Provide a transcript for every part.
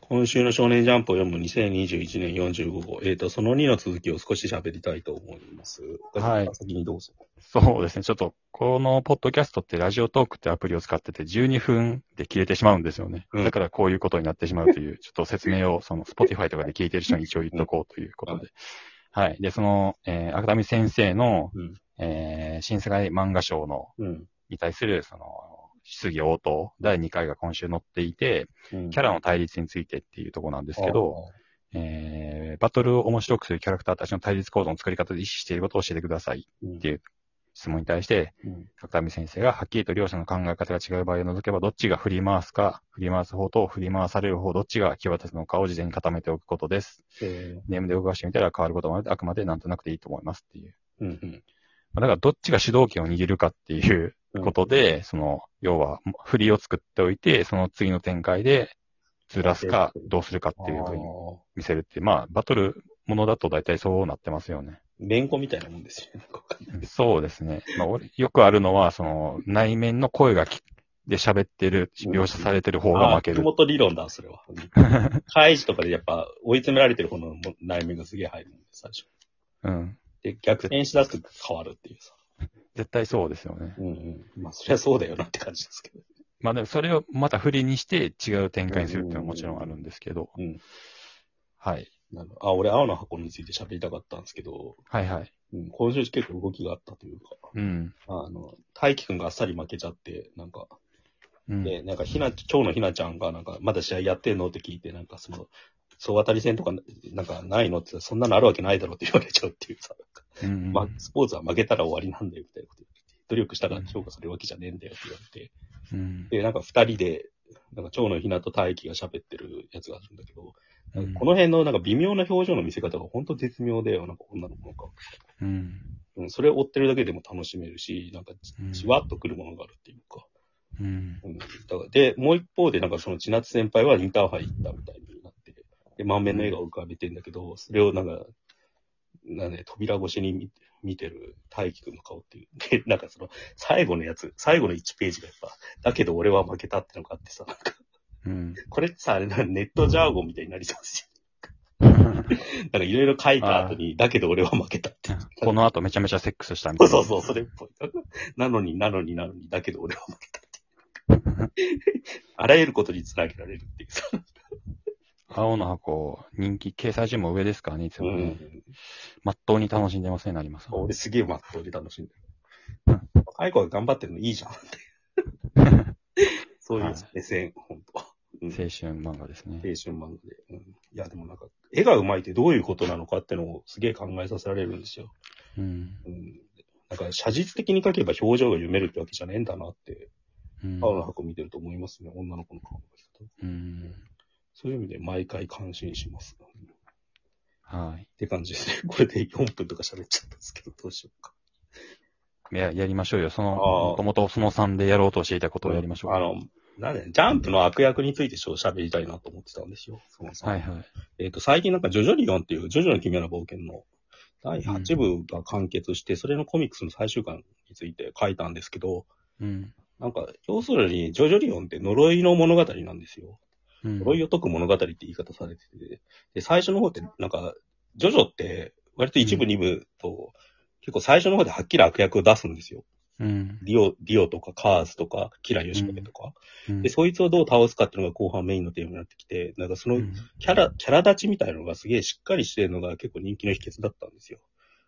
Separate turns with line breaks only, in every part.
今週の少年ジャンプを読む2021年45号。えっ、と、その2の続きを少し喋りたいと思います。
は
岡島
い
さん先にどうぞ。
そうですね。ちょっと、このポッドキャストってラジオトークってアプリを使ってて12分で消えてしまうんですよね。
うん
だからこういうことになってしまうという、ちょっと説明をその Spotify とかで聞いてる人に一応言っとこうということで。はい。で、その、えー、赤民先生の、
うん
えー、新世界漫画賞の、
うん。
に対する、その、質疑応答、第2回が今週載っていて、
うん
キャラの対立についてっていうところなんですけど、、えー、バトルを面白くするキャラクターたちの対立構造の作り方で意識していることを教えてください。
うん
ていう質問に対して、
うん
角田美先生がはっきりと両者の考え方が違う場合を除けば、どっちが振り回すか、振り回す方と振り回される方、どっちが際立つのかを事前に固めておくことです。
え
ネームで動かしてみたら変わることもあるのであくまでなんとなくでいいと思いますっていう。
ーうんうん
まあだから、どっちが主導権を握るかっていうことで、その、要は、振りを作っておいて、その次の展開で、ずらすか、どうするかっていうふうに
あー
見せるって、まあ、バトルものだと大体そうなってますよね。
レンコみたいなもんですよね。
そうですね。まあ、俺よくあるのは、その、内面の声がきで喋ってる、描写されてる方が負け
あー
る
福。本理論だ、それ は。開示とかでやっぱ追い詰められてる方の内面がすげえ入るんで、最初。
うん。
で、逆転しだすと変わるっていうさ。
絶対そうですよね。
うんうん。まあ、そりゃそうだよなって感じですけど。
まあでもそれをまた振りにして違う展開にするっていうのはもちろんあるんですけど。
うん。
はい。
なるほどあ、俺、青の箱について喋りたかったんですけど、
はいはい。
うん、今週結構動きがあったというか、
うん。
あの、大輝くんがあっさり負けちゃって、なんか、
うん。
で、なんか、ひな、蝶のひなちゃんが、なんか、まだ試合やってんのって聞いて、なんか、その、総当たり戦とか、なんか、ないのって言ったらそんなのあるわけないだろうって言われちゃうっていうさ、なんか
うんうん
まあ、スポーツは負けたら終わりなんだよ、みたいなこと言って、努力したら評価されるわけじゃねえんだよって言われて、
うん
で、なんか二人で、なんか蝶野ひなと大輝が喋ってるやつがあるんだけど、
うん
なんかこの辺のなんか微妙な表情の見せ方が本当絶妙で、なんか女の子が、
うん。
うん、それを追ってるだけでも楽しめるし、なんかじ
うん
じわっとくるものがあるっていうか、
うん。
うん、だからで、もう一方でなんかその千夏先輩はインターハイ行ったみたいになって、で、満面の笑顔を浮かべてんだけど、それをなんか、なんで、扉越しに見見てる大輝くんの顔っていう。で、なんかその、最後のやつ、最後の1ページがやっぱ、だけど俺は負けたってのがあってさ、
うん。
これってさ、あれな、ネットジャーゴンみたいになりそうです よ。なんかいろいろ書いた後に、だけど俺は負けたって。
この後めちゃめちゃセックスしたみた
そ
いうな。
そうそう、それっぽい。なのになのになのに、だけど俺は負けたって。あらゆることにつなげられるっていうさ。
青の箱、人気、掲載順も上ですからね、いつ
う
もね。
ん。
まっとうに楽しんでますね、なります。
俺すげえマットで楽しんで
う
る
ん。
若い子が頑張ってるのいいじゃんって。そうい
はいう
目線、ほんと。
青春漫画ですね。
青春漫画で。うん、いや、でもなんか、絵が上手いってどういうことなのかってのをすげえ考えさせられるんですよ。
うん。
うんなんか写実的に描けば表情が読めるってわけじゃねえんだなって、
うん
青の箱見てると思いますね、女の子の顔の人。
うん。
そういう意味で毎回感心します。っ
はい。
て感じですね。これで4分とか喋っちゃったんですけど、どうしようか。
いや、やりましょうよ。その、
あー
もともとその3でやろうとしていたことをやりましょう。
あの、なんで、ジャンプの悪役についてちょっと喋りたいなと思ってたんですよ。そもそも
はいはい。
えっ、と、最近なんか、ジョジョリオンっていう、ジョジョの奇妙な冒険の第8部が完結して、それのコミックスの最終巻について書いたんですけど、
うん。
なんか、要するに、ジョジョリオンって呪いの物語なんですよ。
うん。
呪いを解く物語って言い方されてて、で、最初の方って、なんか、ジョジョって、割と一部
うん
二部と、結構最初の方ではっきり悪役を出すんですよ。
うん。
ディオ、ディオとかカーズとか、キラヨシカゲとか、
うん
で、そいつをどう倒すかっていうのが後半メインのテーマになってきて、なんかそうの
ん
キャラ、キャラ立ちみたいなのがすげえしっかりしてるのが結構人気の秘訣だったんですよ。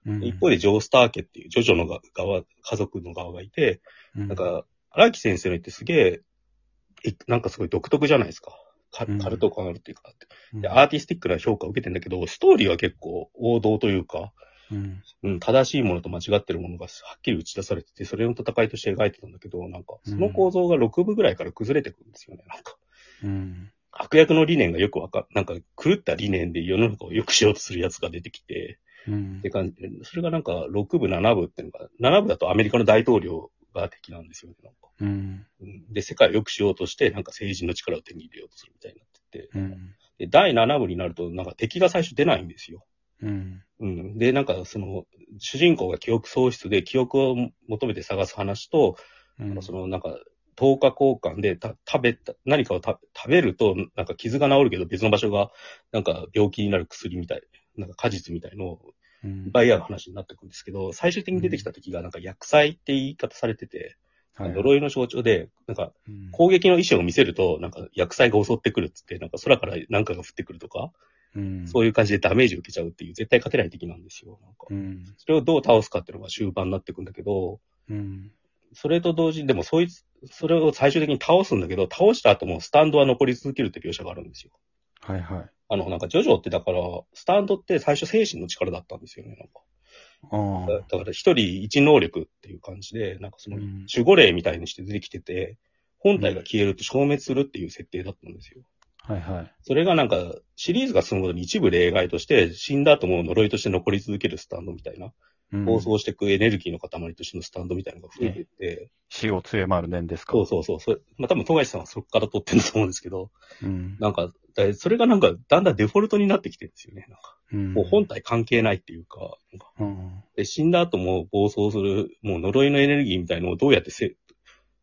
うん
一方でジョースター家っていう、ジョジョのが側、家族の側がいて、
うん
なんか、荒木先生の言ってすげえ、えなんかすごい独特じゃないですか。カ
うん
カルト感あるっていうか、
うん
で、アーティスティックな評価を受けてんだけど、ストーリーは結構王道というか、
うん。
うん、正しいものと間違ってるものがはっきり打ち出されてて、それの戦いとして描いてたんだけど、なんか、その構造が6部ぐらいから崩れてくるんですよね、なんか。
うん。
悪役の理念がよくわか、なんか狂った理念で世の中を良くしようとするやつが出てきて、
うん
って感じで、それがなんか6部、7部っていうのが、7部だとアメリカの大統領が敵なんですよね、なんか。
うん。
うんで、世界を良くしようとして、なんか政治の力を手に入れようとするみたいになってて、
うん。
で、第7部になると、なんか敵が最初出ないんですよ。
うん。
うん。で、なんか、その、主人公が記憶喪失で、記憶を求めて探す話と、
うん
その、なんか、 10日交換でた食べた、何かをた食べると、なんか傷が治るけど別の場所が、なんか病気になる薬みたい、なんか果実みたいのを
うん
いっぱいある話になってくるんですけど、最終的に出てきた時がなんか薬剤って言い方されてて、
はい
呪いの象徴で、なんか
うん
攻撃の意思を見せると、なんか薬剤が襲ってくるっつって、なんか空から何かが降ってくるとか、
うん
そういう感じでダメージを受けちゃうっていう、絶対勝てない敵なんですよ。なんか
うん
それをどう倒すかっていうのが終盤になってくんだけど、
うん
それと同時に、でもそいつ、それを最終的に倒すんだけど、倒した後もスタンドは残り続けるって描写があるんですよ。
はいはい。
あの、なんかジョジョってだから、スタンドって最初精神の力だったんですよね、なんか。
あ
だだから一人一能力っていう感じで、なんかその
うん
守護霊みたいにして出てきてて、本体が消えると消滅するっていう設定だったんですよ。
あ。はいはい。
それがなんかシリーズが進むごとに一部例外として、死んだ後も呪いとして残り続けるスタンドみたいな、
うん
暴走していくエネルギーの塊としてのスタンドみたいなのが増えてって、
死を強まる念ですか
そうそうそう、それまあ多分富樫さんはそこから取ってると思うんですけど、
うん。
なんか、だそれがなんかだんだんデフォルトになってきてるんですよね。なんか
うん
もう本体関係ないっていうか、なんか
うん
で、死んだ後も暴走する、もう呪いのエネルギーみたいのをどうやってせ、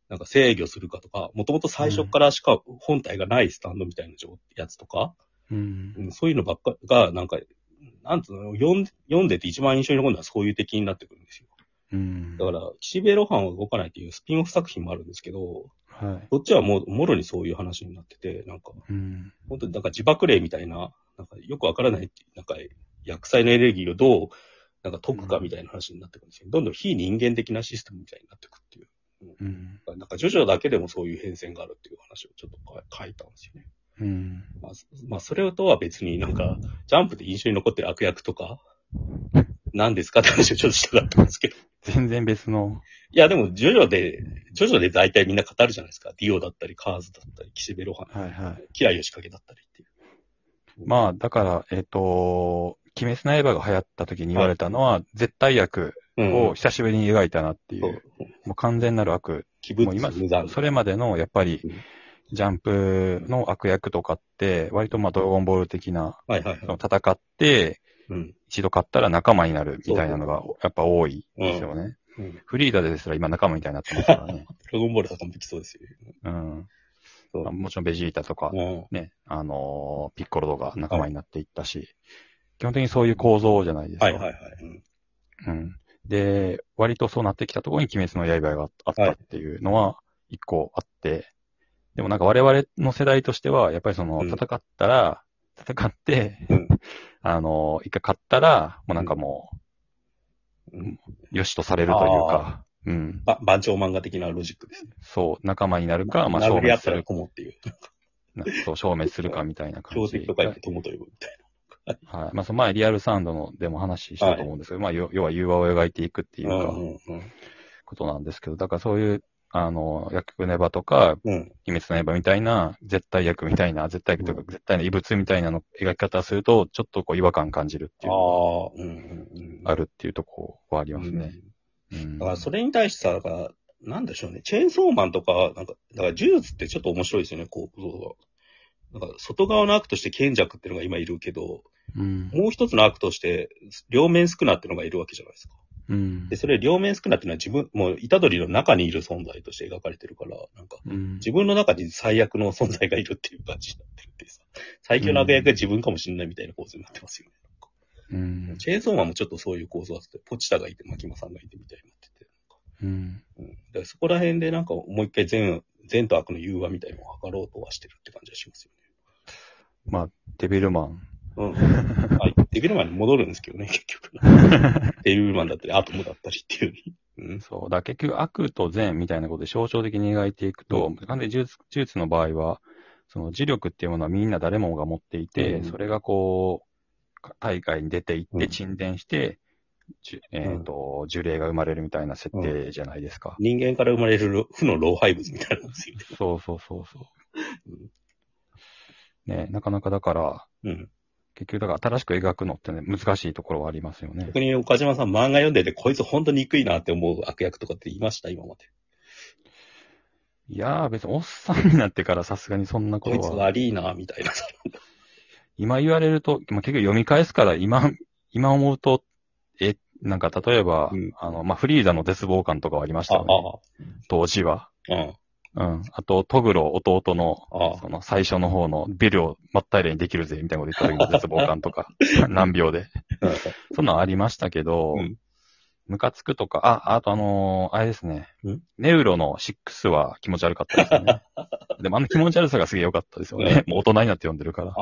なんか制御するかとか、もともと最初からしか本体がないスタンドみたいな状やつとか、
うん
うんそういうのばっかが、なんか、なんつうの、読ん読んでて一番印象に残るのはそういう敵になってくるんですよ。
うん
だから、岸辺露伴は動かないっていうスピンオフ作品もあるんですけど、
はい。
こっちはもう、もろにそういう話になってて、なんか、
うん。
本当になんか自爆霊みたいな、なんかよくわからない、なんか薬剤のエネルギーをどう、なんか解くかみたいな話になってくるんですよ。どんどん非人間的なシステムみたいになってくっていう。
うん。
なんかジョジョだけでもそういう変遷があるっていう話をちょっとか書いたんですよね。
うん。
まあ、そまあ、それとは別になんか、ジャンプで印象に残ってる悪役とか、何ですかって話をちょっとしたかったんですけど。
全然別の。
いや、でも、ジョジョで、ジョジョで大体みんな語るじゃないですか。ディオだったり、カーズだったり、岸辺露伴、
はいはい。
キラヨシカゲだったりっていう。
まあ、だから、えっ、と、鬼滅の刃が流行った時に言われたのは、絶対悪
うん
を久しぶりに描いたなっていう、
そう
もう完全なる悪。
器
も
物
う今
無残、
それまでの、やっぱり
うん、
ジャンプの悪役とかって、割とまあ、ドラゴンボール的な、
はいはい
そ
は
の
い。
戦って、
うん。
一度勝ったら仲間になるみたいなのが、やっぱ多いですよね。
うんド
フリーダですら今仲間みたいになってますか らね。
ラゴンボールとかもできそうですよ。
うん。
そう
まあもちろんベジータとか、
うん。
ね、あのーピッコロとか仲間になっていったし、基本的にそういう構造じゃないですか。
はいはいはい。うん
うん。で、割とそうなってきたところに鬼滅の刃があったっていうのは一個あって、でもなんか我々の世代としては、やっぱりその
うん
戦ったら、戦って、
うん
あのー一回勝ったら、もうなんかもう、
うん
よしとされるというか、うん。
ば、番長漫画的なロジックですね。
そう、仲間になるか、まあ、消
殴り合
滅
っ
す
たら
る
こもっていう。
なそう、消滅するかみたいな感
強
じ。
敵とか言って友と呼ぶみたい
はい。まあ、その前、リアルサウンドのでも話したと思うんですけど、まあ、よ要は融和を描いていくっていう
な。
か、
うんうん
ことなんですけど、だからそういう、あの、薬局ネバとか、
うん。うん。
鬼滅の刃みたいな、絶対薬みたいな、絶対薬と
う
か、絶対の異物みたいなの描き方をすると、ちょっとこう違和感感じるっていうの
ああ、うんうんうん。
があるっていうところはありますね。
うん
うん
だからそれに対してさ、だから、なんでしょうね。チェーンソーマンとか、なんか、だから呪術ってちょっと面白いですよね、構造が。なんか、外側の悪として賢弱っていうのが今いるけど、
うん。
もう一つの悪として、両面少なっていうのがいるわけじゃないですか。
うん
で、。それ両面少なっていうのは自分、もう、虎杖の中にいる存在として描かれてるから、なんか、
うん
自分の中に最悪の存在がいるっていう感じになってるっていうさ、最強の悪役が自分かもしれないみたいな構図になってますよね。
うん。
チェーンソーマンもちょっとそういう構造だって、ポチタがいて、マキマさんがいてみたいになってて。
うん。
うん、だからそこら辺でなんかもう一回善、善と悪の融和みたいなのを図ろうとはしてるって感じがします
デビルマン。
よね。うん。 はい。デビルマンに戻るんですけどね、結 局。デビルマンだったり、アトムだったりっていうね。
そう。だから結局、悪と善みたいなことで象徴的に描いていくと、
うん
完全に呪術呪術の場合は、その磁力っていうものはみんな誰もが持っていて、
うん
それがこう、か大会に出ていっ
うん
て沈殿して、じゅえっ、と、呪霊が生まれるみたいな設定じゃないですか。
人間から生まれる負の老廃物みたいなんですよね。
そうそうそうそ
う
う
ん。
ねなかなかだから、
うん。
結局だから新しく描くのってね、難しいところはありますよね
逆。に岡島さん漫画読んでて、こいつ本当に憎いなって思う悪役とかって言いました今まで。
いやー、別におっさんになってからさすがにそんなこ
こいつ
とは。
悪いなみたいな。
今言われると、まあ、結局読み返すから今、 今思うと、え、なんか例えば、
うん
あの、まあ、フリーザの絶望感とかはありましたよね。
あ
当時は。
あ、うん。
うん。あと、トグロ、弟の、
ああ
その最初の方のビルを真っ平らにできるぜ、みたいなこと言った時の絶望 感とか、難病で。そんなんありましたけど
うん、
ムカつくとか、あ、あとあのーあれですね
ん。
ネウロの6は気持ち悪かったですよ ね。でもあの気持ち悪さがすげえ良かったですよね。もう大人になって読んでるから。
あ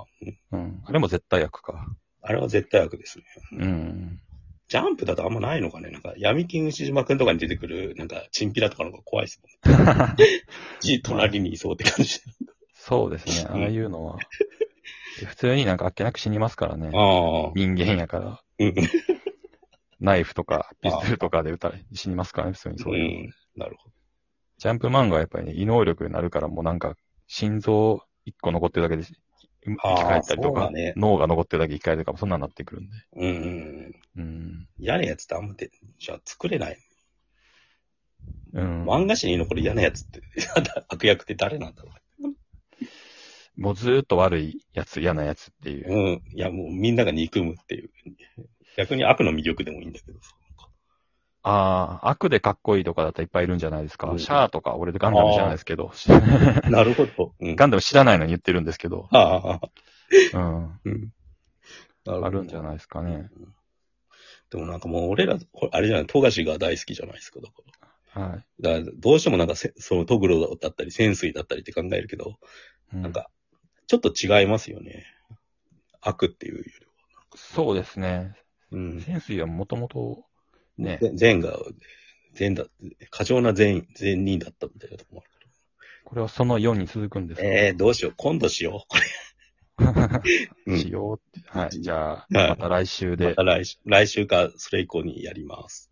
あ、
うん。あれも絶対役か。
あれは絶対悪ですね。
うん。
ジャンプだとあんまないのかねなんか、闇金牛島くんとかに出てくる、なんか、チンピラとかの方が怖いですもんね。 じ、隣にいそうって感じ。
そ うですね。ああいうのは。普通になんかあっけなく死にますからね。
ああ、
人間やから。
うん。
ナイフとか、ピストルとかで撃たれ、死にますからね、普通にそうういうの。
ん。なるほ
ジャンプ漫画はやっぱりね、異能力になるから、もうなんか、心臓一個残ってるだけで、生き
あー
返ったりと
そう
か、
だね
脳が残ってるだけ生き返るとかも、そんなんなってくるんで。
ど。うんうんうん。
うん。
嫌なやつってあんまで、じゃあ作れない。
うん。
漫画誌に残る嫌なやつって、 悪役って誰なんだろ
もうずーっと悪いやつ、嫌なやつっていう
う。。うん。いや、もうみんなが憎むっていう。逆に悪の魅力でもいいん だけどさ。
ああ、悪でかっこいいとかだったらいっぱいいるんじゃないですか。
うん
シャアとか、俺でガンダム知らないですけど。
なるほど。うん。
ガンダム知らないのに言ってるんですけど。
ああああ、
うん。
うん。
あるんじゃ
ない
ないですかね。
でもなんかもう俺ら、ほらあれじゃない、富樫が大好きじゃないですか、だから。
は
だからどうしてもなんかせ、そのトグロだったり、潜水だったりって考えるけど、
い。う
なんか、ちょっと違いますよね。悪っていうよ
そうですね。
りは。うん。
潜水はもともと、ね、
ぜ善が、善だ、過剰な善、善人だったみたいなとこもあるか
これはその4に続くんです
ら。ええー、どうしよう、今度しよう、こ れ。う
し
ん。
ようって。はい。じゃあ、
はい
また来週で
ま。た来週来週か、それ以降にやります。